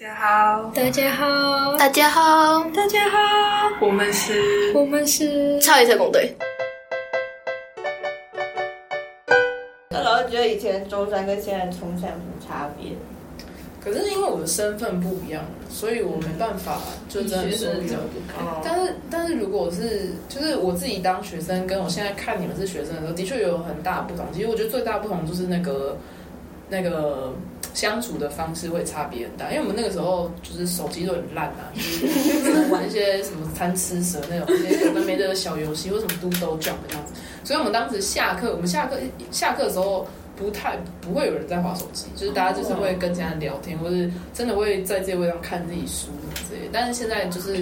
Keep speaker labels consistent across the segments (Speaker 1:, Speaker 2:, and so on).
Speaker 1: 大家好，
Speaker 2: 大家好，
Speaker 3: 大家好，
Speaker 1: 大家好，我们是
Speaker 2: 我们是
Speaker 3: 超级特工队。
Speaker 4: 那老师觉得以前中山跟现在冲山有什么差别？
Speaker 5: 可是因为我们身份不一样，所以我没办法就真的说比较多。
Speaker 4: 哦，
Speaker 5: 但是，但是如果我是就是我自己当学生，跟我现在看你们是学生的时候，的确有很大的不同。其实我觉得最大的不同就是那个那个相处的方式会差别很大，因为我们那个时候就是手机都很烂啊，就是只能玩一些什么贪吃蛇那种，一些有的没的小游戏，或什么 Doodle Jump 这样子。所以我们当时下课，我们下课下课的时候。不太不会有人在划手机，就是大家就是会跟其他人聊天，或是真的会在这位上看自己书之类的。但是现在就是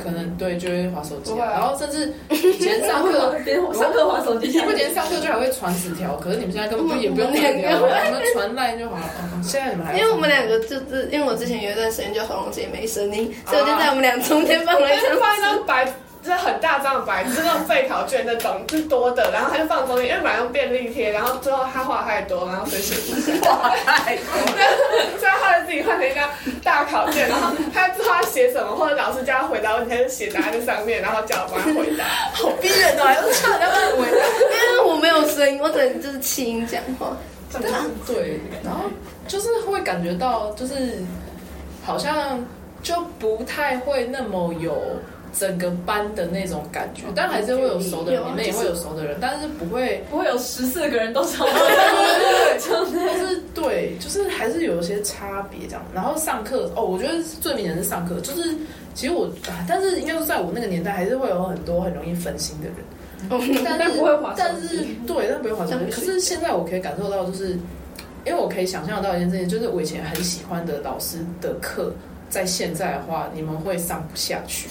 Speaker 5: 可能对，就会划手机、
Speaker 4: 不会
Speaker 5: 啊，
Speaker 4: 啊
Speaker 5: 然后甚至以前上课，
Speaker 4: 边上课玩 手机，
Speaker 5: 你们以前上课就还会传纸条，可是你们现在根本就也不用传条，你们传烂就好了。哦现在你们还
Speaker 3: 因为我们两个就是因为我之前有一段时间就喉咙结没声音，所以我就在我们俩中间放了 一张
Speaker 6: 就放一张白，就是很大张的白，就是那种废考卷那种，就是多的，然后他就放中间，因为买那种便利贴，然后最后他画太多，然后所以写不下 来，所以他就自己换成一张大考卷，然后他知道他写什么，或者老师叫他回答问题，他就写答案在上面，然后叫我帮他回答。
Speaker 5: 好逼人哦，还要唱人家认为。
Speaker 3: 因为我没有声音，我只能就是气音讲话。
Speaker 5: 对，然后就是会感觉到，就是好像就不太会那么有整个班的那种感觉，但还是会有熟的人，
Speaker 3: 有啊
Speaker 5: 你们也会哦有熟的人，但是不会
Speaker 4: 不会有十四个人都上
Speaker 5: 就是对，就是还是有一些差别这样。然后上课哦，我觉得最明显的是上课，就是其实我，啊但是应该说在我那个年代，还是会有很多很容易分心的人。
Speaker 3: 嗯
Speaker 5: 但是
Speaker 6: 但不会滑手机
Speaker 5: 但是对，但不会滑手机。可是现在我可以感受到，就是因为我可以想象得到一件事情，就是我以前很喜欢的老师的课，在现在的话，你们会上不下去，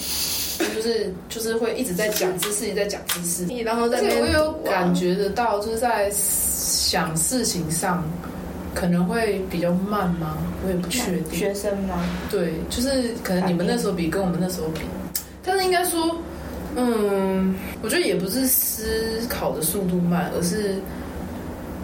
Speaker 5: 就是就是会一直在讲知识，一直在讲知识，
Speaker 3: 然后在
Speaker 5: 而
Speaker 3: 那
Speaker 5: 且我
Speaker 3: 边
Speaker 5: 有
Speaker 3: 读啊
Speaker 5: 感，觉得到，就是在想事情上可能会比较慢吗？我也不确定。
Speaker 4: 学生吗？
Speaker 5: 对，就是可能你们那时候比跟我们那时候比，但是应该说，嗯，我觉得也不是思考的速度慢，而是，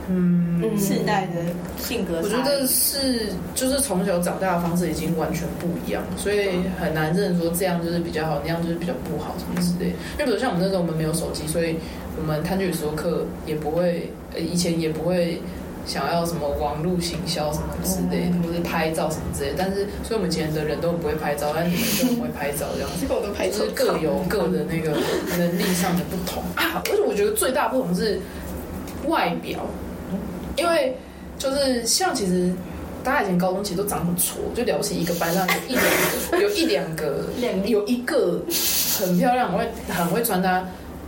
Speaker 5: 嗯，
Speaker 4: 世代的性格，
Speaker 5: 我觉得是就是从小长大的方式已经完全不一样，所以很难认说这样就是比较好，那样就是比较不好什么之类的。因为比如像我们那时候我们没有手机，所以我们探究所课也不会，呃，以前也不会想要什么网络行销什么之类的，或是拍照什么之类的。但是，所以我们以前的人都很不会拍照，但你们就很会拍照这样子。
Speaker 3: 这个我都拍
Speaker 5: 就
Speaker 3: 错
Speaker 5: 是。各有各的那个能力上的不同啊。而且我觉得最大不同是外表，因为就是像其实大家以前高中其实都长很矬，就了不起一个班上有一两个，有一两个，有一个很漂亮，很会很会穿搭。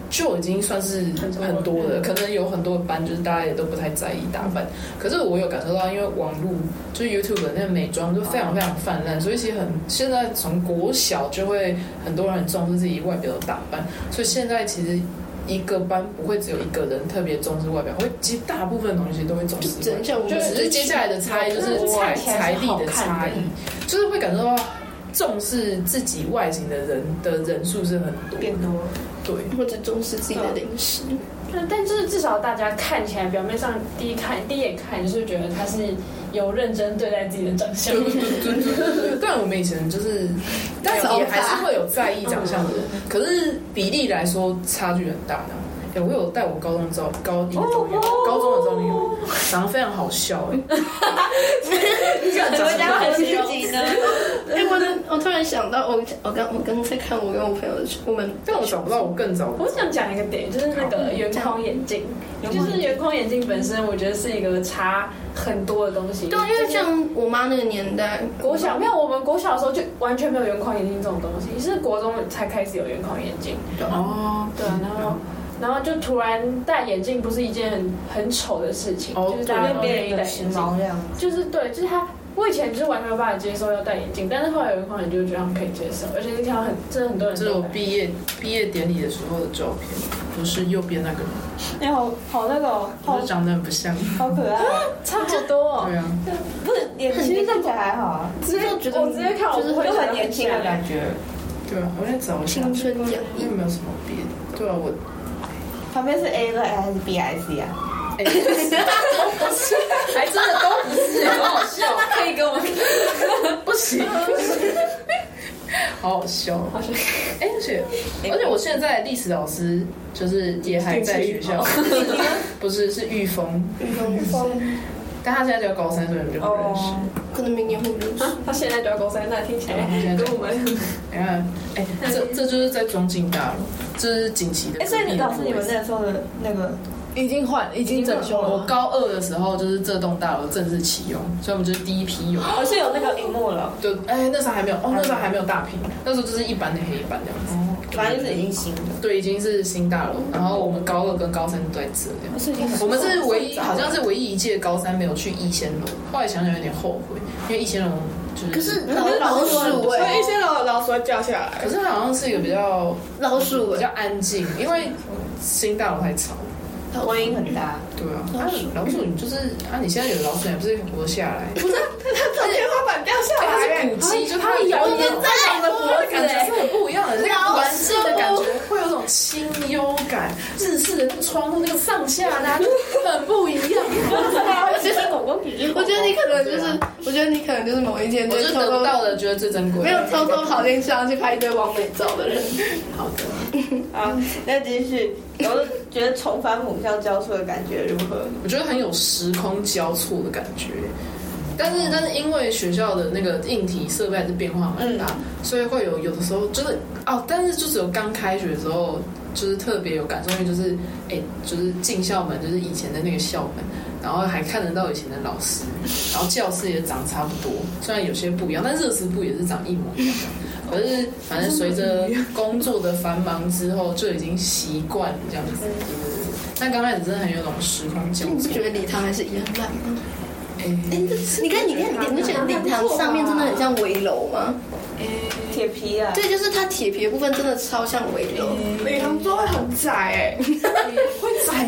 Speaker 5: 就已经算是很多了，可能有很多班就是大家也都不太在意打扮，可是我有感受到，因为网络就是 YouTube 的那个美妆就非常非常泛滥，所以其实很现在从国小就会很多人很重视自己外表的打扮，所以现在其实一个班不会只有一个人特别重视外表，会其实大部分同学都会重视外
Speaker 3: 整
Speaker 5: 表，
Speaker 3: 整我
Speaker 5: 就
Speaker 3: 们
Speaker 5: 只是接下来的差异就是财财力的差异，就是会感受到重视自己外形的人的人数是很多，
Speaker 4: 变多，
Speaker 5: 对。
Speaker 3: 或者重视自己的零食，
Speaker 7: 但但就是至少大家看起来表面上第一看第一眼看就是觉得他是有认真对待自己的长相，
Speaker 5: 但我们以前就是，但是也还是会有在意长相的人，可是比例来说差距很大的。哎、我有带我高中照高一的照片，高中的照片，长得非常好笑哎、
Speaker 4: 大家很自己呢，
Speaker 3: 哎，我的，我突然想到，我我刚我刚在看我跟我朋友的，我们
Speaker 5: 但我找不到我更早，
Speaker 7: 我想讲一个点，就是那个圆框眼镜，就是圆框眼镜本身，我觉得是一个差很多的东西。
Speaker 3: 对，啊因为
Speaker 7: 就是
Speaker 3: 像我妈那个年代，
Speaker 7: 国小没有，我们国小的时候就完全没有圆框眼镜这种东西，是国中才开始有圆框眼镜。
Speaker 5: 哦，
Speaker 7: 对，
Speaker 4: 啊
Speaker 7: 然后然后就突然戴眼镜，不是一件很很丑的事情，
Speaker 5: 哦
Speaker 7: 就是大家
Speaker 4: 就
Speaker 7: 都
Speaker 4: 变
Speaker 7: 愿意
Speaker 4: 一
Speaker 7: 戴
Speaker 4: 个
Speaker 7: 眼
Speaker 4: 时
Speaker 7: 镜。
Speaker 4: 髦这样。
Speaker 7: 就是对，就是他，我以前就是完全没有办法接受要戴眼镜，但是后来有一款人就觉得他们可以接受，而且是看到很真的很多人
Speaker 5: 这是
Speaker 7: 都
Speaker 5: 我
Speaker 7: 戴
Speaker 5: 毕业毕业典礼的时候的照片，不是右边那个人，
Speaker 4: 你哎好好那个哦，好
Speaker 5: 我是长得很不像，
Speaker 4: 好可爱，啊
Speaker 7: 差不多、哦
Speaker 5: 对。啊，
Speaker 4: 不是脸其实看起来还好啊，
Speaker 7: 直接
Speaker 3: 就觉得
Speaker 7: 我直接看我
Speaker 3: 就是
Speaker 7: 不会
Speaker 4: 就
Speaker 7: 觉得
Speaker 4: 很年轻的
Speaker 7: 像
Speaker 4: 感觉。
Speaker 5: 对啊，我在找一下，
Speaker 3: 青春洋溢
Speaker 5: 因为。没有什么别的，对啊，我
Speaker 4: 旁边是 A 了 S B I C 啊，
Speaker 5: 哎，还真的都不是，很好笑。可以给我们不行， 好好笑哦。
Speaker 7: 好像
Speaker 5: 哎，而且而且我现在历史老师就是也还在学校， 不是是玉峰，
Speaker 3: 嗯风
Speaker 5: 但他现在只有高三，所以我们就不认识。
Speaker 4: 哦
Speaker 3: 可能明年会认识。
Speaker 7: 他现在就要高三，那听起来
Speaker 5: 嗯
Speaker 7: 跟我们
Speaker 5: 你看，哎，这这就是在装进大陆，这是近期的。
Speaker 4: 哎，所以你老师你们那时候的那个
Speaker 2: 已经换，已经整修
Speaker 5: 我
Speaker 2: 了。
Speaker 5: 高二的时候，就是这栋大楼正式启用，所以我们就是第一批用。
Speaker 4: 我是有那个荧幕了，
Speaker 5: 就哎、那时候还没有，哦，那时候还没有大屏，那时候就是一般的黑板这样子。
Speaker 4: 反正就是已经新的，
Speaker 5: 对，已经是新大楼，然后我们高二跟高三都在这这样。
Speaker 4: 是已经
Speaker 5: 我们是唯一，好像是唯一一届高三没有去逸仙楼，后来想想有点后悔，因为逸仙楼就是，
Speaker 3: 可是老老鼠
Speaker 6: 所以
Speaker 3: 哎
Speaker 6: 一，些老老鼠会掉下来
Speaker 5: 可。是好像是一个比较
Speaker 3: 老鼠
Speaker 5: 比
Speaker 3: 哎，
Speaker 5: 较安静，因为新大楼太吵。
Speaker 4: 回音很大，
Speaker 5: 对啊，啊老鼠你就是啊，你现在有老鼠，你还不是活下来？不是，
Speaker 6: 从 天花板掉下
Speaker 5: 它
Speaker 6: 来
Speaker 5: 是
Speaker 6: 耶，
Speaker 5: 古迹，就它摇
Speaker 3: 我们
Speaker 5: 摇
Speaker 3: 在我的脖子
Speaker 5: 感觉
Speaker 3: 哎，
Speaker 5: 是很不一样的，那个玩具的感觉会有种清幽感，日式的那个窗户那个上下拉就很不一样。
Speaker 4: 我觉得狗狗比例，
Speaker 3: 我觉得你可能就是，我觉得你可能就是某一天
Speaker 5: 我
Speaker 3: 就是
Speaker 5: 就
Speaker 3: 偷
Speaker 5: 得不
Speaker 3: 偷
Speaker 5: 到的觉得最珍贵。
Speaker 3: 没有偷偷跑进去然后去拍一堆完美照的人。
Speaker 5: 好的，
Speaker 4: 啊，那继续，我觉得重返母校教书的感觉如何？
Speaker 5: 我觉得很有时空交错的感觉。但是，但是因为学校的那个硬体设备还是变化蛮大，所以会有有的时候就是哦，但是就只有刚开学的时候，就是特别有感受，因为就是哎、就是进校门，就是以前的那个校门，然后还看得到以前的老师，然后教室也长差不多，虽然有些不一样，但热食部也是长一模一样的。可是，反正随着工作的繁忙之后，就已经习惯这样子。
Speaker 6: 嗯
Speaker 5: 但刚开始真的很有种时空交
Speaker 3: 你不
Speaker 5: 错。
Speaker 3: 觉得礼堂还是一样烂吗？
Speaker 5: 哎
Speaker 3: 你看，你看，你看，你不觉得礼堂上面真的很像围楼吗？
Speaker 4: 铁皮啊，
Speaker 3: 对，就是它铁皮的部分真的超像围楼。
Speaker 6: 礼堂座位很窄 哎，
Speaker 3: 他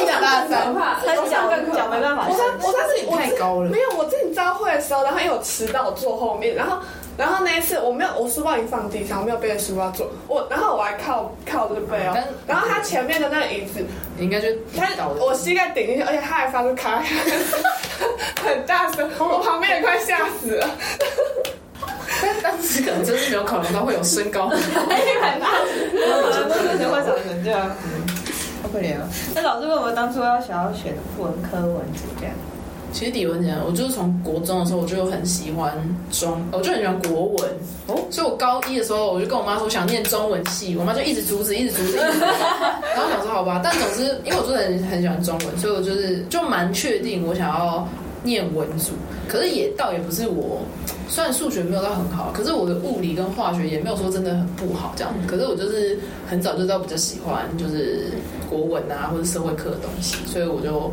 Speaker 3: 一百八十三，
Speaker 4: 他脚脚没办法
Speaker 6: 我
Speaker 4: 伸
Speaker 6: 上我上次我
Speaker 5: 太高了
Speaker 6: 没有，我之前招会的时候，然后因为我迟到我坐后面，然后然后那一次我没有，我书包已经放地上，我没有背着书包坐，我然后我还靠靠着背哦
Speaker 5: 嗯但，
Speaker 6: 然后他前面的那个椅子，
Speaker 5: 你应该就
Speaker 6: 他
Speaker 5: 倒了。
Speaker 6: 我膝盖顶进去，而且他还发出咔咔的声音很大声，
Speaker 5: 哦
Speaker 6: 我旁边人快吓死了。
Speaker 5: 但当时可能真是没有考量到会有身 高。
Speaker 4: 我就会长成这样。好可怜啊！那老师为什么当初要想要选文科文组这样？
Speaker 5: 其实理文讲，我就是从国中的时候我就很喜欢中，我就很喜欢国文。哦，所以我高一的时候我就跟我妈说我想念中文系，我妈就一直阻止，一直阻止。一直阻止然后我想说好吧，但总之因为我真的很很喜欢中文，所以我就是就蛮确定我想要念文组，可是也倒也不是我，虽然数学没有到很好，可是我的物理跟化学也没有说真的很不好这样。可是我就是很早就知道比较喜欢就是国文啊或者社会课的东西，所以我就。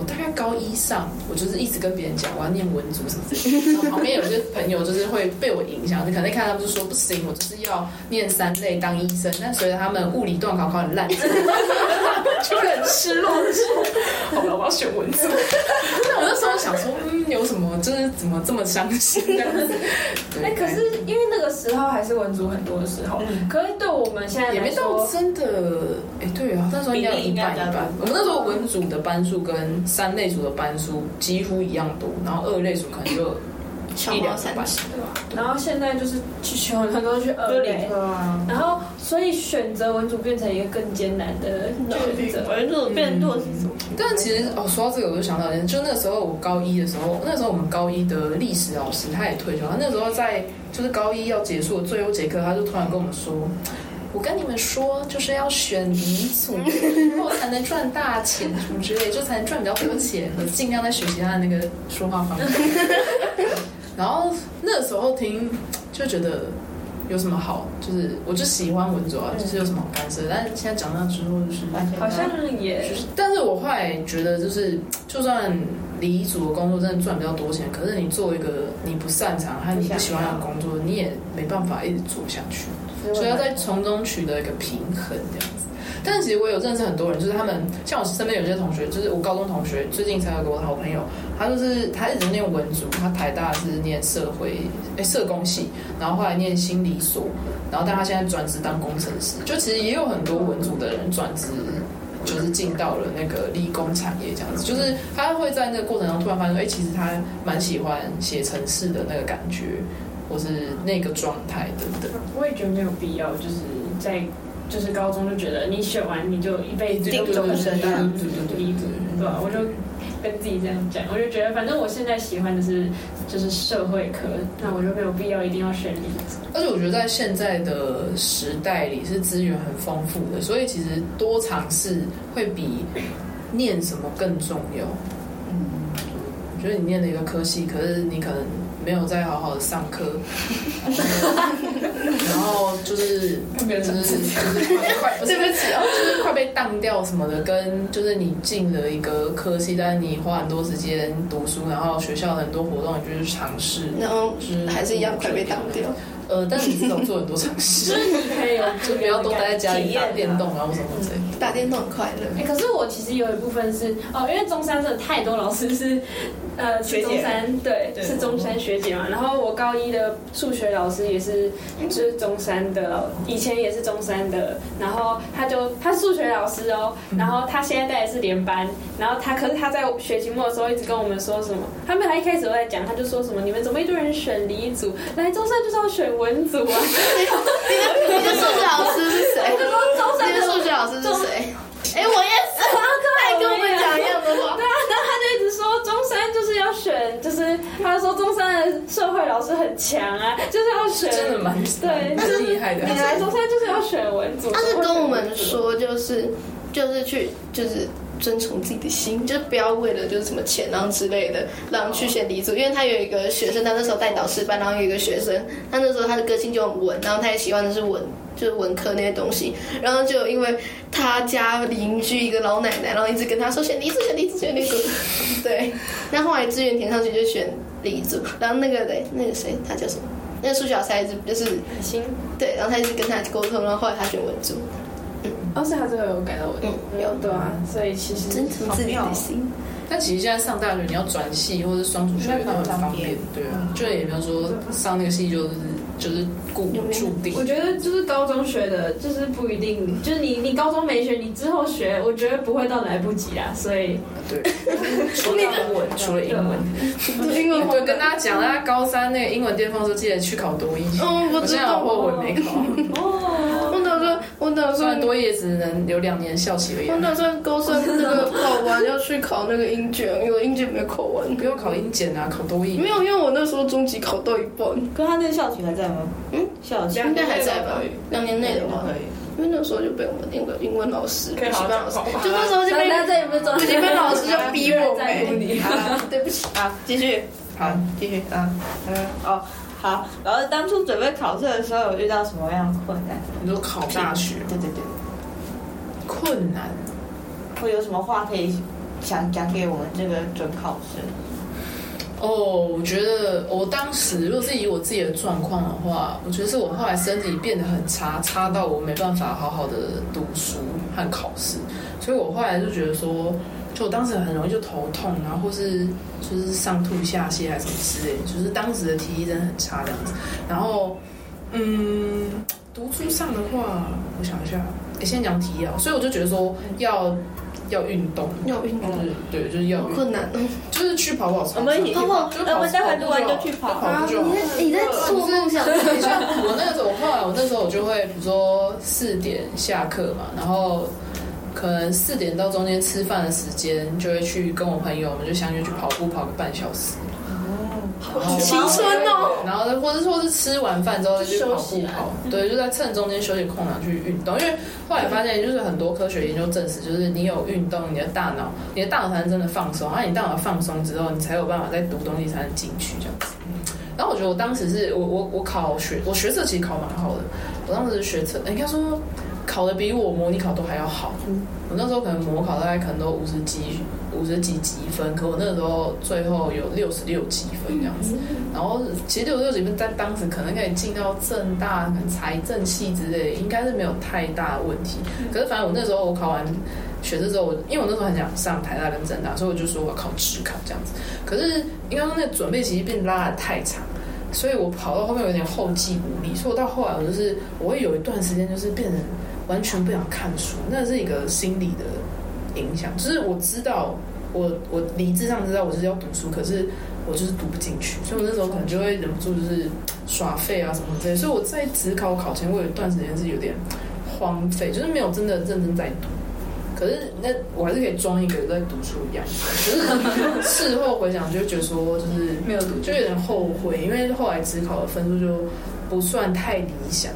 Speaker 5: 我大概高一上，我就是一直跟别人讲我要念文组什么之类的，然后旁边有些朋友就是会被我影响，就可能看他们就说不行，我就是要念三类当医生，但随着他们物理段考考很烂， 就很失落，就是好了，我要选文组。那我那时候想说，嗯，有什么就是怎么这么伤心这样子？对
Speaker 7: 哎、可是因为那个时候还是文组很多的时候，可是对我们现在
Speaker 5: 嗯也
Speaker 7: 来
Speaker 5: 没到
Speaker 7: 说，
Speaker 5: 真的，哎、对啊，那时候应该有一半一半。我们那时候文组的班数跟三类组的班数几乎一样多，然后二类组可能就
Speaker 3: 小
Speaker 5: 一
Speaker 3: 猫
Speaker 5: 两个
Speaker 3: 三
Speaker 5: 班。
Speaker 3: 只。
Speaker 7: 然后现在就是去选文科都
Speaker 6: 哦
Speaker 7: 去二
Speaker 4: 就
Speaker 7: 类
Speaker 4: 理，科啊，
Speaker 7: 然后所以选择文组变成一个更艰难的选择。
Speaker 4: 文组变弱是组，
Speaker 5: 但其实哦，说到这个，我就想到一件事，就那时候我高一的时候，那时候我们高一的历史老师他也退休，他那时候在就是高一要结束的最后一节课，他就突然跟我们说。我跟你们说，就是要选理组，然后才能赚大钱什么之类，就才能赚比较多钱，和尽量在学习他的那个说话方式。 然后那时候听就觉得有什么好，就是我就喜欢文卓啊，就是有什么好干涉。但是现在长大之后，就是哎
Speaker 4: 完全
Speaker 7: 好像也
Speaker 5: 但是我后来觉得，就是就算离组的工作真的赚比较多钱，可是你做一个你不擅长和你不喜欢的工作，你也没办法一直做下去，所以要在从中取得一个平衡这样子。但其实我有认识很多人，就是他们像我身边有些同学，就是我高中同学，最近才有个我的好朋友，他就是他一直念文组，他台大是念社会哎、社工系，然后后来念心理所，然后但他现在转职当工程师，就其实也有很多文组的人转职就是进到了那个理工产业这样子，就是他会在那个过程中突然发现说，哎、其实他蛮喜欢写程式的那个感觉，或是那个状态等等。
Speaker 7: 我也觉得没有必要，就是在就是高中就觉得你选完你就一辈子
Speaker 5: 对
Speaker 7: 就
Speaker 5: 对对
Speaker 7: 读
Speaker 5: 对
Speaker 7: 书
Speaker 5: 对
Speaker 7: 读
Speaker 5: 对
Speaker 7: 一读对吧？我就跟自己这样讲，我就觉得反正我现在喜欢的是就是社会科，那我就没有必要一定要选理科。
Speaker 5: 而且我觉得在现在的时代里是资源很丰富的，所以其实多尝试会比念什么更重要。嗯，觉得你念了一个科系，可是你可能没有在好好的上课，然后就是就是就是快对不起，就是快被当掉什么的，跟就是你进了一个科系，但是你花很多时间读书，然后学校的很多活动你就去尝试，
Speaker 3: 然后
Speaker 5: 就是
Speaker 3: 还是一样快被挡掉。
Speaker 5: 呃，但是你至少做很多尝试。
Speaker 7: 你可以有
Speaker 5: 就不要都待在家里打电动啊，或什么之类的。
Speaker 3: 打电动很快乐，
Speaker 7: 哎、可是我其实有一部分是哦，因为中山真的太多老师是，呃，是
Speaker 4: 学姐
Speaker 7: 中山对，
Speaker 4: 对
Speaker 7: 是中山学姐嘛。然后我高一的数学老师也是，就是中山的老，以前也是中山的。然后他就他数学老师哦，然后他现在带的是联班，然后他可是他在学期末的时候一直跟我们说什么，他们还一开始都在讲，他就说什么你们怎么一堆人选理组，来中山就是要选文组啊，
Speaker 3: 你的你的数学老师是谁？
Speaker 7: 就说中山
Speaker 3: 你
Speaker 7: 的
Speaker 3: 的数学老师是谁？哎， 我也是，他跟我们讲一样的话
Speaker 7: 对。啊，然后他就一直说中山就是要选，就是他说中山的社会老师很强啊，就是要选，
Speaker 5: 真的蛮
Speaker 7: 对，
Speaker 5: 蛮
Speaker 7: 就是
Speaker 5: 厉害的。啊
Speaker 7: 本来中山就是要选文组，
Speaker 3: 他是跟我们说，就是就是去就是遵从自己的心，就是不要为了就是什么钱然后之类的，然后去选理组。因为他有一个学生，他那时候带导师班，然后有一个学生，他那时候他的个性就很文，然后他也喜欢的是文。就是文科那些东西，然后就因为他家邻居一个老奶奶，然后一直跟他说选理组，选理组，选理组，对。那后来志愿填上去就选理组，然后那个嘞，那个谁，他叫什么？那个数学老师还一直就是
Speaker 7: 心，
Speaker 3: 对，然后他一直跟他沟通，然后后来他选文组，
Speaker 7: 哦，是他最后有改到文
Speaker 3: 嗯，
Speaker 7: 有对啊，所以其实
Speaker 3: 遵从自己的心。
Speaker 5: 但其实现在上大学，你要转系或者双主学都很方便，对啊，就也没有说上那个系就是就是固注定
Speaker 7: 我。觉得就是高中学的，就是不一定，就是你你高中没学，你之后学，我觉得不会到来不及啊，所以
Speaker 5: 对，除了英文，除了英文，
Speaker 3: 对，因为
Speaker 5: 对，跟大家讲，大家高三那个英文巅峰的时候，记得去考多一。
Speaker 3: 嗯，我
Speaker 5: 我
Speaker 3: 知
Speaker 5: 现在有
Speaker 3: 道，
Speaker 5: 后悔没考，啊
Speaker 7: 哦，
Speaker 3: 我那时候，我 那时
Speaker 5: 虽
Speaker 3: 候
Speaker 5: 然，多一也只能有两年校期而已
Speaker 3: 我
Speaker 5: 啊。
Speaker 3: 打算高三那个考完要去考那个英检，因为我英检没考完。
Speaker 5: 不用考英检啊，考多一
Speaker 3: 没。有，因为我那时候中级考到一半，
Speaker 4: 可是他那个校旗还在吗？
Speaker 3: 嗯，
Speaker 4: 校旗
Speaker 3: 应该还在吧？两年内的话，
Speaker 4: 可以。
Speaker 3: 因为那时候就被我们那个英文老师、补
Speaker 6: 可以
Speaker 3: 习
Speaker 6: 好好
Speaker 3: 班老师
Speaker 6: 讲话，
Speaker 3: 就啊那时候就被
Speaker 7: 那这有没有
Speaker 3: 补习班老师就逼我
Speaker 7: 在乎
Speaker 3: 们。
Speaker 7: 你？
Speaker 3: 啊，对不起，
Speaker 4: 好，继续。好，继续。嗯嗯哦，好。然后当初准备考试的时候，有遇到什么样的困难？
Speaker 5: 你说考大学
Speaker 4: 对对对，
Speaker 5: 困难，
Speaker 4: 会有什么话可以想讲给我们这个准考生？
Speaker 5: 哦，我觉得我当时如果是以我自己的状况的话，我觉得是我后来身体变得很差，差到我没办法好好的读书和考试，所以我后来就觉得说，就我当时很容易就头痛，然后或是就是上吐下泻还是什么之类的，就是当时的体力真的很差这样子。然后，嗯，读书上的话，我想一下，诶先讲体力啊，所以我就觉得说要要运动，
Speaker 3: 要运
Speaker 5: 就
Speaker 3: 动，
Speaker 5: 是对，就是要
Speaker 3: 好
Speaker 5: 运动
Speaker 3: 困难哦。
Speaker 5: 就是去跑跑操。
Speaker 4: 我们一起去跑
Speaker 5: 就跑
Speaker 4: 我们待会录完就去跑
Speaker 5: 跑步就好。
Speaker 3: 在你在做梦想？
Speaker 5: 你像我那种，后来我那时候我就会，比如说四点下课嘛，然后可能四点到中间吃饭的时间，就会去跟我朋友，我们就相约去跑步，跑个半小时。
Speaker 4: 哦
Speaker 3: 青春哦！
Speaker 5: 然后或者说是吃完饭之后再去跑
Speaker 7: 就休
Speaker 5: 步
Speaker 7: 息啊
Speaker 5: 跑，对，就在趁中间休息空档去运动。因为后来发现，就是很多科学研究证实，就是你有运动，你的大脑，你的大脑才能真的放松，啊而你大脑放松之后，你才有办法再读东西，才能进去这样子。然后我觉得我当时是我我我考学我学测其实考蛮好的，我当时学测应该说考的比我模拟考都还要好。
Speaker 7: 嗯
Speaker 5: 我那时候可能模考大概可能都五十几五十几几分，可我那时候最后有六十六几分这样子。然后其实六十六几分在当时可能可以进到正大、可能财政系之类，应该是没有太大的问题。可是反正我那时候我考完学测之后，我因为我那时候很想上台大跟政大，所以我就说我要考职考这样子。可是应该说那准备期变拉的太长。所以我跑到后面有点后继无力，所以我到后来我就是我会有一段时间就是变成完全不想看书，那是一个心理的影响，就是我知道我我理智上知道我就是要读书，可是我就是读不进去，所以我那时候可能就会忍不住就是耍废啊什么之类的，所以我在职考考前，我有一段时间是有点荒废，就是没有真的认真在读。可是那我还是可以装一个在读书一样，可是 事后回想就会觉得说就是没有读，就有点后悔，因为后来职考的分数就不算太理想。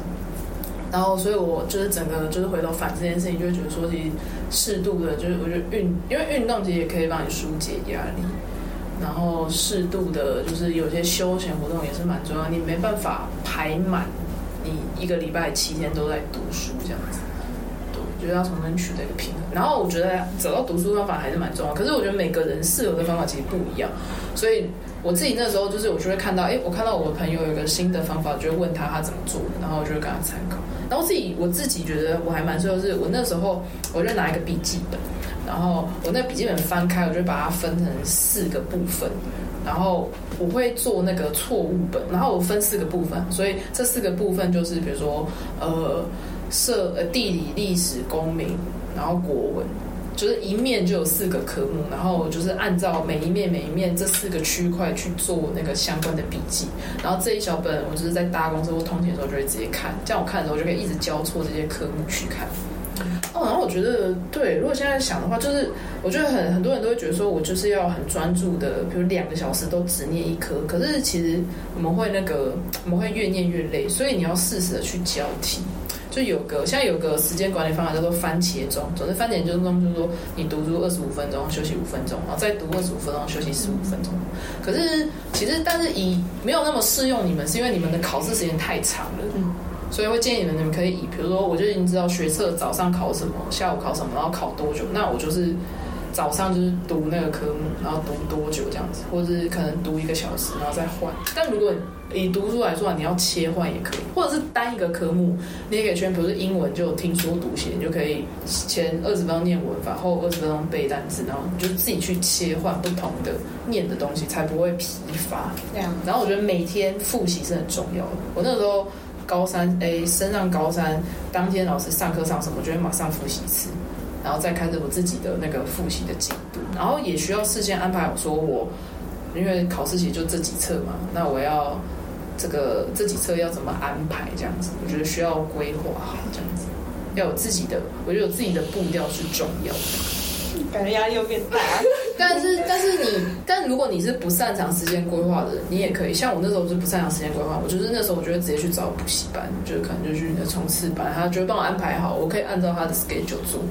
Speaker 5: 然后，所以我就是整个就是回头反思这件事情，就会觉得说，其实适度的，就是我觉得运，因为运动其实也可以帮你疏解压力，然后适度的，就是有些休闲活动也是蛮重要。你没办法排满，你一个礼拜七天都在读书这样子，对，我觉得要从中取得一个平衡。然后我觉得找到读书方法还是蛮重要，可是我觉得每个人适合的方法其实不一样，所以我自己那时候就是我就会看到，哎，我看到我朋友有一个新的方法，就会问他他怎么做，然后我就会跟他参考。然后自己我自己觉得我还蛮适合，是我那时候我就拿一个笔记本，然后我那笔记本翻开，我就把它分成四个部分，然后我会做那个错误本，然后我分四个部分，所以这四个部分就是比如说呃社呃地理、历史、公民，然后国文。就是一面就有四个科目，然后我就是按照每一面每一面这四个区块去做那个相关的笔记，然后这一小本我就是在搭公司或通勤的时候就会直接看，这样我看的时候就可以一直交错这些科目去看。哦，然后我觉得对，如果现在想的话，就是我觉得很很多人都会觉得说我就是要很专注的，比如两个小时都只念一科，可是其实我们会那个我们会越念越累，所以你要适时的去交替。就有个现在有个时间管理方法叫做番茄钟，总之番茄钟就是说你读书二十五分钟，休息五分钟，然后再读二十五分钟，休息十五分钟。可是其实但是以没有那么适用你们，是因为你们的考试时间太长了。所以会建议你们，你们可以以，比如说，我就已经知道学测早上考什么，下午考什么，然后考多久。那我就是早上就是读那个科目，然后读多久这样子，或者是可能读一个小时，然后再换。但如果以读书来说啊，你要切换也可以，或者是单一个科目，你也可以圈，比如说英文就有听说读写，你就可以前二十分钟念文法，后二十分钟背单词，然后你就自己去切换不同的念的东西，才不会疲乏。
Speaker 4: 这样
Speaker 5: 然后我觉得每天复习是很重要的。我那时候高三，诶，升上高三当天老师上课上什么，我就会马上复习一次，然后再开始我自己的那个复习的进度。然后也需要事先安排好，说我因为考试其实就这几册嘛，那我要这个这几册要怎么安排这样子，我觉得需要规划好这样子。要有自己的，我觉得有自己的步调是重要的。
Speaker 4: 感觉压力又变大。
Speaker 5: 但是，但是你，但如果你是不擅长时间规划的人，你也可以。像我那时候是不擅长时间规划，我就是那时候我就会直接去找补习班，就是可能就去那冲刺班，他就会帮我安排好，我可以按照他的 schedule 做。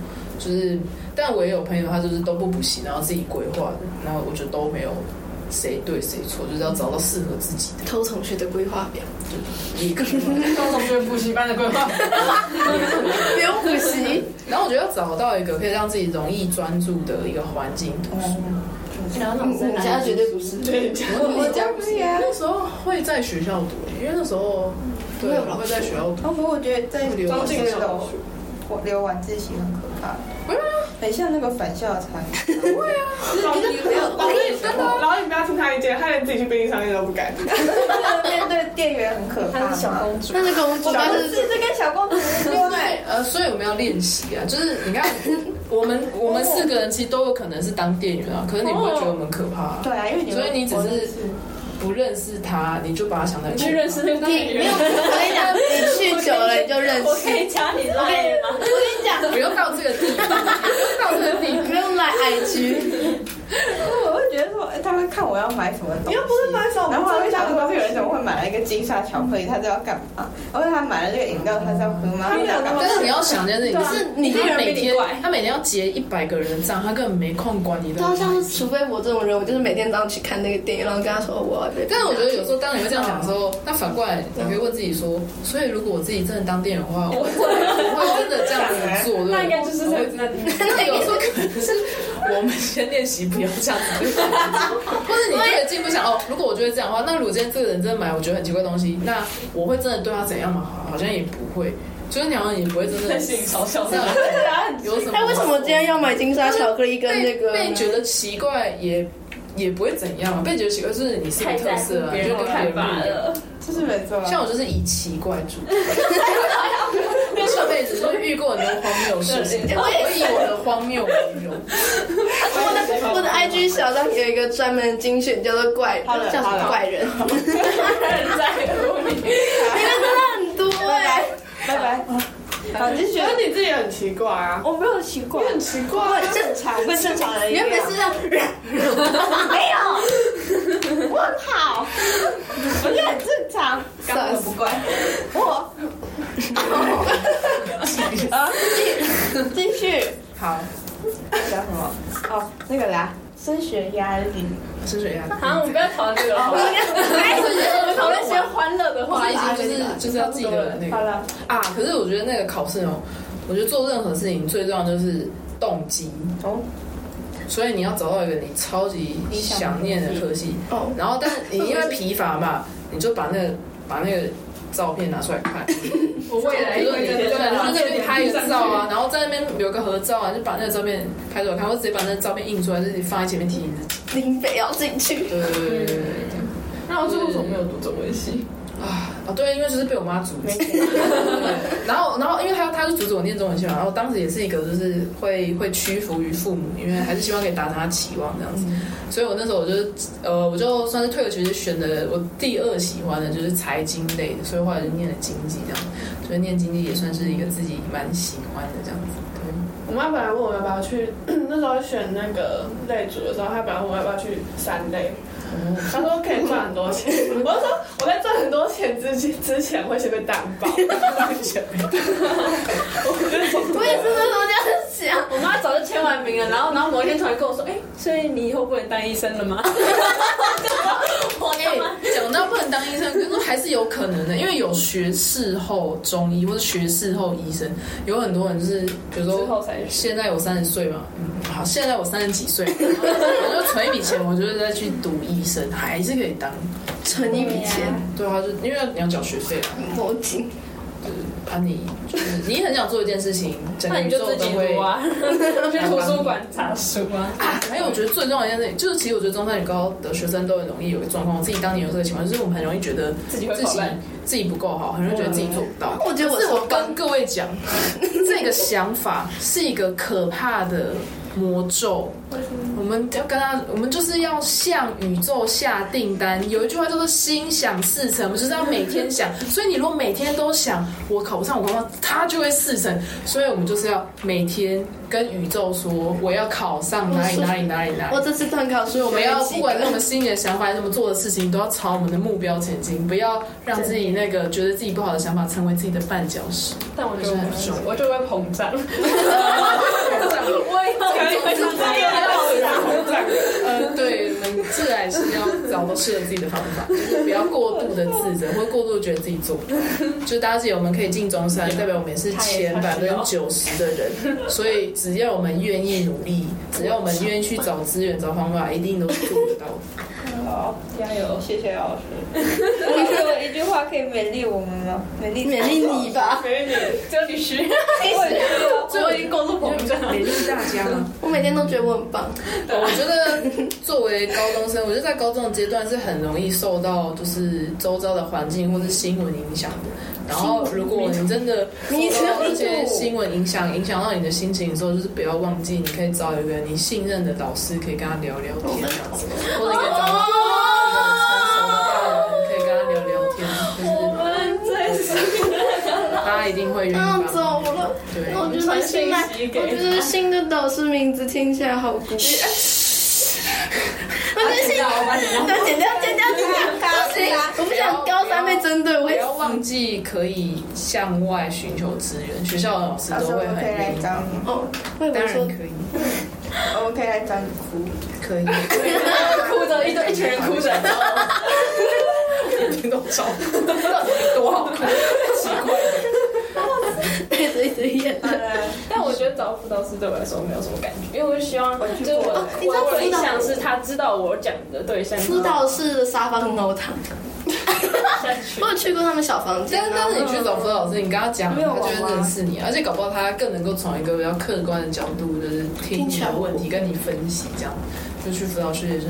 Speaker 5: 就是，但我也有朋友他就是都不补习，然后自己规划的，然后我觉得都没有谁对谁错，就是要找到适合自己的
Speaker 3: 偷同学的规划表，
Speaker 5: 一 个。
Speaker 2: 高中学补习班的规划，
Speaker 3: 不用补习，
Speaker 5: 然后我觉得要找到一个可以让自己容易专注的一个环境读
Speaker 3: 哦
Speaker 5: 书。
Speaker 7: 然后脑
Speaker 3: 嗯我
Speaker 7: 子
Speaker 3: 们家绝对不是，对，我
Speaker 5: 我
Speaker 3: 们家不啊是，
Speaker 5: 那时候会在学校读，因为那时候对啊
Speaker 3: 没有老师
Speaker 5: 会在学校 读。
Speaker 4: 哦，不过我觉得在
Speaker 5: 留
Speaker 4: 中
Speaker 6: 进
Speaker 4: 间
Speaker 6: 去
Speaker 4: 的嗯我留晚自习很可怕，很像那个返校的餐。
Speaker 6: 老师，老师你不要听他意见，他连自己去便利商店都不敢。
Speaker 4: 面对店员很可怕吗。
Speaker 3: 那是公主，但
Speaker 4: 我
Speaker 3: 是
Speaker 4: 啊是这跟小公主说
Speaker 5: 对，呃，所以我们要练习啊，就是你 看，我们我们四个人其实都有可能是当店员
Speaker 7: 哦
Speaker 5: 啊，可是你不会觉得我们可怕、啊，
Speaker 4: 对啊，因为你
Speaker 5: 所以你只是不认识他，你就把他想成
Speaker 7: 你去认识那个
Speaker 3: 你
Speaker 7: 店
Speaker 3: 没
Speaker 7: 员
Speaker 3: 有，，我跟你讲，你去久了你就认
Speaker 7: 我
Speaker 3: 识
Speaker 7: 可，以加你赖吗？
Speaker 5: 不用到这个地步，不用到这个地步。
Speaker 3: 不用来 IG，
Speaker 4: 我会觉得说，哎，他会看我要买什么东西。
Speaker 6: 不是买手
Speaker 4: 然后我会想说，会有人怎么会买了一个金沙巧克力？他是要干嘛？然后他买了这个饮料，他是要喝吗？他没有干嘛
Speaker 5: 但？是你要想一件事情，就是你他每
Speaker 7: 比啊你
Speaker 5: 天
Speaker 7: 怪
Speaker 5: 他每天要结一百个人的账，他根本没空管你的
Speaker 3: 对。啊，像是除非我这种人，我就是每天早上去看那个电影，然后跟他说我要被，
Speaker 5: 但是我觉得有时候，当你会这样想的时候，那反过来你可以问自己说：，所以如果我自己真的当店员的话，我会我会真的这样子做，对不对？
Speaker 7: 那应该就是在那
Speaker 5: 那有时候可能是我们先练习，不要这样子，或者你这个进步想哦，如果我觉得这样的话，那如果今天这个人真的买我觉得很奇怪的东西，那我会真的对他怎样吗？好好像也不会，就是你好像也不会真的
Speaker 7: 心里嘲笑
Speaker 5: 这样有什么？
Speaker 3: 哎，为什么今天要买金沙巧克力跟那个？
Speaker 5: 被被觉得奇怪也也不会怎样？啊被觉得奇怪就是你是有
Speaker 7: 太
Speaker 5: 特
Speaker 7: 在乎
Speaker 5: 色啊，
Speaker 7: 别
Speaker 5: 你就
Speaker 7: 人
Speaker 5: 跟
Speaker 7: 的
Speaker 5: 别人
Speaker 7: 看
Speaker 5: 不
Speaker 7: 法
Speaker 5: 一样。
Speaker 7: 了。
Speaker 4: 就是没错啊。
Speaker 5: 像我就是以奇怪著称，我小这辈子就是遇过很多荒谬的事情，我以我的荒谬为荣。
Speaker 3: 而且我的我的 IG 小账有一个专门精选叫做怪人
Speaker 4: 好，了
Speaker 3: 叫什
Speaker 4: 好
Speaker 3: 么
Speaker 4: 了
Speaker 3: 怪人？你们
Speaker 7: 在乎你。
Speaker 3: 真的很多哎。
Speaker 4: 拜拜。好，你就觉
Speaker 6: 觉
Speaker 4: 得
Speaker 6: 得你自己很奇怪
Speaker 7: 哦
Speaker 6: 啊，
Speaker 4: 我没有奇怪
Speaker 6: 你，很奇怪啊，
Speaker 4: 正常，跟正常人一样
Speaker 3: 原。本是让
Speaker 4: 没有，我很好，我觉得很正常，
Speaker 3: 刚刚
Speaker 4: 不怪我。啊，继继续
Speaker 5: 好，
Speaker 4: 讲什么？哦，那个啦，升学压 力。
Speaker 5: 深水鸭。
Speaker 7: 好，我们不要讨论这个
Speaker 6: 哦
Speaker 7: 了，好吧哎我们讨论一些欢乐的
Speaker 5: 不
Speaker 7: 话
Speaker 5: 好意。思，
Speaker 7: 题
Speaker 5: 就是就是要自己的那
Speaker 4: 好
Speaker 5: 个
Speaker 4: 了，
Speaker 5: 啊。可是我觉得那个考试哦，我觉得做任何事情最重要就是动机。
Speaker 4: 哦，
Speaker 5: 所以你要找到一个你超级想念的科系，
Speaker 3: 哦，
Speaker 5: 然后但是你因为疲乏嘛，你就把那个把那个照片拿出来看，
Speaker 6: 我未来
Speaker 5: 比如说
Speaker 6: 会
Speaker 5: 你
Speaker 6: 真
Speaker 5: 对，
Speaker 6: 的
Speaker 5: 然后
Speaker 6: 把
Speaker 5: 在那边拍
Speaker 6: 一
Speaker 5: 个照啊，然后在那边留个合照啊，就把那个照片拍出来看，或者直接把那个照片印出来，就是你放在前面提醒自己。
Speaker 3: 林北要进去，
Speaker 5: 对对对对对
Speaker 6: 那我最后为什么没有读中文系？
Speaker 5: 啊，对，因为就是被我妈阻止。对 然后，然后因为她她就阻止我念中文系嘛，然后当时也是一个就是会会屈服于父母，因为还是希望可以达成她期望这样子。
Speaker 7: 嗯
Speaker 5: 所以我那时候我就呃，我就算是退了学，就选的我第二喜欢的就是财经类的，所以后来就念了经济这样，所以念经济也算是一个自己蛮喜欢的这样子。对
Speaker 6: 我妈本来问我要不要去，那时候选那个类组的时候，她本来问我要不要去三类，她说可以赚很多钱。我就说我在赚很多钱之前之前会先被担 保。
Speaker 3: 我也是那时候这样想。
Speaker 7: 我妈早就签完名了，然后然后某一天突然跟我说，哎，所以你以后不能当医生了吗？我干嘛？
Speaker 5: 哎讲到不能当医生，可是还是有可能的，因为有学士后中医或者学士后医生，有很多人就是比如说
Speaker 7: 之后才去
Speaker 5: 现在我三十岁嘛，嗯，好，现在我三十几 岁，我就存一笔钱，我就是再去读医生，还是可以当。
Speaker 3: 存一笔钱，
Speaker 5: 对啊，就因为你要缴学费啊，
Speaker 3: 摸金，
Speaker 5: 啊你就是你很想做一件事情，整
Speaker 7: 那
Speaker 5: 个
Speaker 7: 你
Speaker 5: 宇
Speaker 7: 就
Speaker 5: 宙
Speaker 7: 自
Speaker 5: 都
Speaker 7: 己
Speaker 5: 会
Speaker 7: 读。啊， 去图书馆查书啊。
Speaker 5: 啊还有我觉得最重要的一件事情，就是其实我觉得中山女高的学生都很容易有个状况，我自己当年有这个情况，就是我们很容易觉得
Speaker 7: 自己会
Speaker 5: 自己
Speaker 7: 跑烂
Speaker 5: 自己不够好，很容易觉得自己做不到。
Speaker 3: 我觉得我
Speaker 5: 是
Speaker 3: 是
Speaker 5: 我跟各位讲，这个想法是一个可怕的魔咒。我们要跟他，我们就是要向宇宙下订单。有一句话叫做“心想事成”，我们就是要每天想。所以你如果每天都想我考不上我考不上，它就会事成。所以我们就是要每天跟宇宙说我要考上哪里哪里哪里哪里
Speaker 3: 我。这次断考
Speaker 5: 所以
Speaker 3: 书
Speaker 5: 我们要不管是我
Speaker 3: 那
Speaker 5: 们心里的想法还是我们做的事情，都要朝我们的目标前进，不要让自己那个觉得自己不好的想法成为自己的绊脚石。
Speaker 7: 但我觉得我我就会膨胀，我以后
Speaker 6: 可以
Speaker 7: 就会
Speaker 6: 是
Speaker 7: 像
Speaker 6: 这
Speaker 7: 这样
Speaker 6: 样让我膨胀。
Speaker 5: 呃，对，我们自然是要找到适合自己的方法，就是不要过度的自责，或过度地觉得自己做不到。就是大家记得，我们可以进中山，代表我们也是前百分之九十的人。所以只要我们愿意努力，只要我们愿意去找资源、找方法，一定都是做得到的。
Speaker 4: 好，加油！谢谢老师。你给我一句话可以勉励我们 吗？勉励
Speaker 3: 勉励你吧。
Speaker 6: 美女，
Speaker 7: 就你虚，
Speaker 5: 我已经过度膨胀，勉励大家吗？
Speaker 3: 我每天都觉得我很棒，
Speaker 5: 我觉得作为高中生，我觉得在高中的阶段是很容易受到就是周遭的环境或是新闻影响的。然后，如果你真的受到这些新闻影响，影响到你的心情的时候，就是不要忘记，你可以找一个你信任的老师，可以跟他聊聊天这样子，或者你可以找到一个成熟的大人，可以跟他聊聊天，就是
Speaker 7: 们真是
Speaker 5: 大家一定会愿意
Speaker 3: 那
Speaker 5: 帮
Speaker 3: 我啊走
Speaker 5: 忙。
Speaker 3: 了。
Speaker 5: 对，
Speaker 3: 我觉得新来，我觉得新的导师名字听起来好酷。我觉得新，
Speaker 5: 啊
Speaker 3: 要剪掉，剪掉，剪掉，不行，我不想高三被针对，我
Speaker 5: 不
Speaker 3: 会
Speaker 5: 要忘记可以向外寻求资源，学校的老师
Speaker 4: 老
Speaker 5: 都
Speaker 4: 师，我
Speaker 5: 会
Speaker 4: 们
Speaker 5: 很
Speaker 4: 可以来
Speaker 5: 愿意。
Speaker 4: 找你，
Speaker 3: 哦，我以
Speaker 5: 当
Speaker 3: 为
Speaker 5: 然
Speaker 3: 说
Speaker 5: 可以，
Speaker 4: 我们可以来找你哭。
Speaker 5: 可以，
Speaker 7: 哭着一堆一群人哭着，
Speaker 5: 每天都找，到底多好看，奇怪。
Speaker 3: 带着一直演了。
Speaker 7: 但我觉得找辅导师对我来说没有什么感觉，因为我希望就是我
Speaker 3: 哦你知道辅
Speaker 7: 我
Speaker 3: 导
Speaker 7: 的印象是他知道我讲的对象
Speaker 3: 辅导室的沙发很好躺，
Speaker 7: 下 去
Speaker 3: 我有去过他们小房间
Speaker 5: 但是
Speaker 3: 啊，
Speaker 5: 但是你去找辅导老师，你跟他讲，
Speaker 7: 没有
Speaker 5: 他就
Speaker 7: 娃
Speaker 5: 会
Speaker 7: 娃
Speaker 5: 认识你，而且搞不好他更能够从一个比较客观的角度，就是听
Speaker 3: 听
Speaker 5: 你
Speaker 3: 起来
Speaker 5: 的问题，跟你分析这样。就去辅导室也是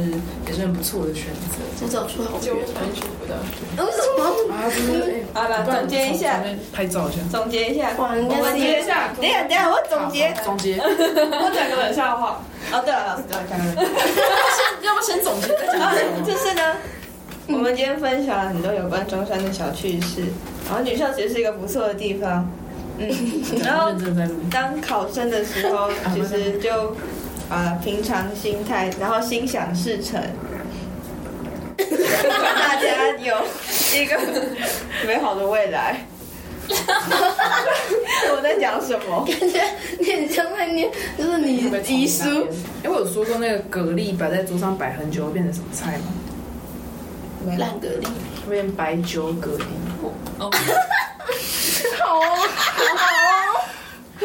Speaker 5: 也是很不错的选择。
Speaker 3: 我找出好
Speaker 2: 就
Speaker 3: 远。
Speaker 2: 很久不到。
Speaker 3: 为什么？
Speaker 5: 啊，就是
Speaker 4: 好了，总结一下，，
Speaker 5: 拍照一下。
Speaker 4: 总结一下，
Speaker 3: 哇，人家
Speaker 4: 我
Speaker 3: 是
Speaker 4: 们
Speaker 6: 总结一下，
Speaker 4: 等一下，等一下，我总结。
Speaker 5: 总结，
Speaker 6: 我讲个冷笑话。
Speaker 4: 哦，对了，老师，对了，讲了。
Speaker 5: 要不先总结再
Speaker 4: 啊
Speaker 5: 讲。
Speaker 4: 就是呢，我们今天分享了很多有关中山的小趣事，然后女校其实是一个不错的地方，嗯，然后
Speaker 5: 认真在录。
Speaker 4: 当考生的时候，其实就啊、平常心态，然后心想事成。大家有一个美好的未来。我在讲什么？
Speaker 3: 感觉你很像在念，就是你遗书，
Speaker 5: 哎，我有说过那个蛤蜊摆在桌上摆很久会变成什么菜吗？
Speaker 3: 烂蛤蜊。
Speaker 5: 会变白酒蛤蜊。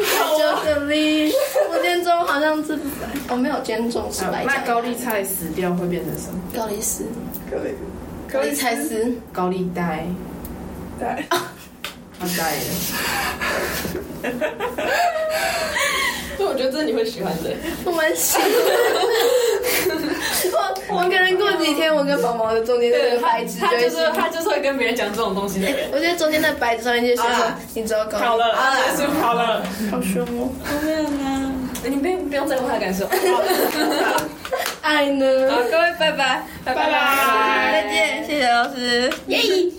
Speaker 3: 就蛤蜊，我今天中午好像吃不白，我没有今天中午吃白
Speaker 5: 那
Speaker 3: 酱，
Speaker 5: 高丽菜死掉会变成什么？
Speaker 3: 高丽丝，
Speaker 6: 高
Speaker 3: 高
Speaker 6: 丽
Speaker 3: 丽菜丝，
Speaker 5: 高丽呆，
Speaker 6: 对，
Speaker 5: 它呆 了。
Speaker 4: 所以我觉得这是你会喜欢的。
Speaker 3: 我蛮喜欢的。我我可能过几天，我跟毛毛的中间那个白纸就
Speaker 2: 他
Speaker 3: 会
Speaker 2: 就是是他就是会跟别人讲这种东西的人。
Speaker 3: 我觉得中间那白纸上面就写
Speaker 4: 好
Speaker 3: 说
Speaker 4: 啦，
Speaker 3: 你知道高
Speaker 2: 好
Speaker 3: 丽，
Speaker 2: 了，
Speaker 4: 好了
Speaker 2: 啦，结束好了，
Speaker 3: 好凶哦。
Speaker 4: 没有呢。
Speaker 2: 哎你不用不用在乎他的感受。
Speaker 3: 爱
Speaker 4: 好
Speaker 3: 呢？，
Speaker 4: 各位拜拜，
Speaker 2: 拜拜
Speaker 4: 再见，谢谢老师。
Speaker 3: 耶！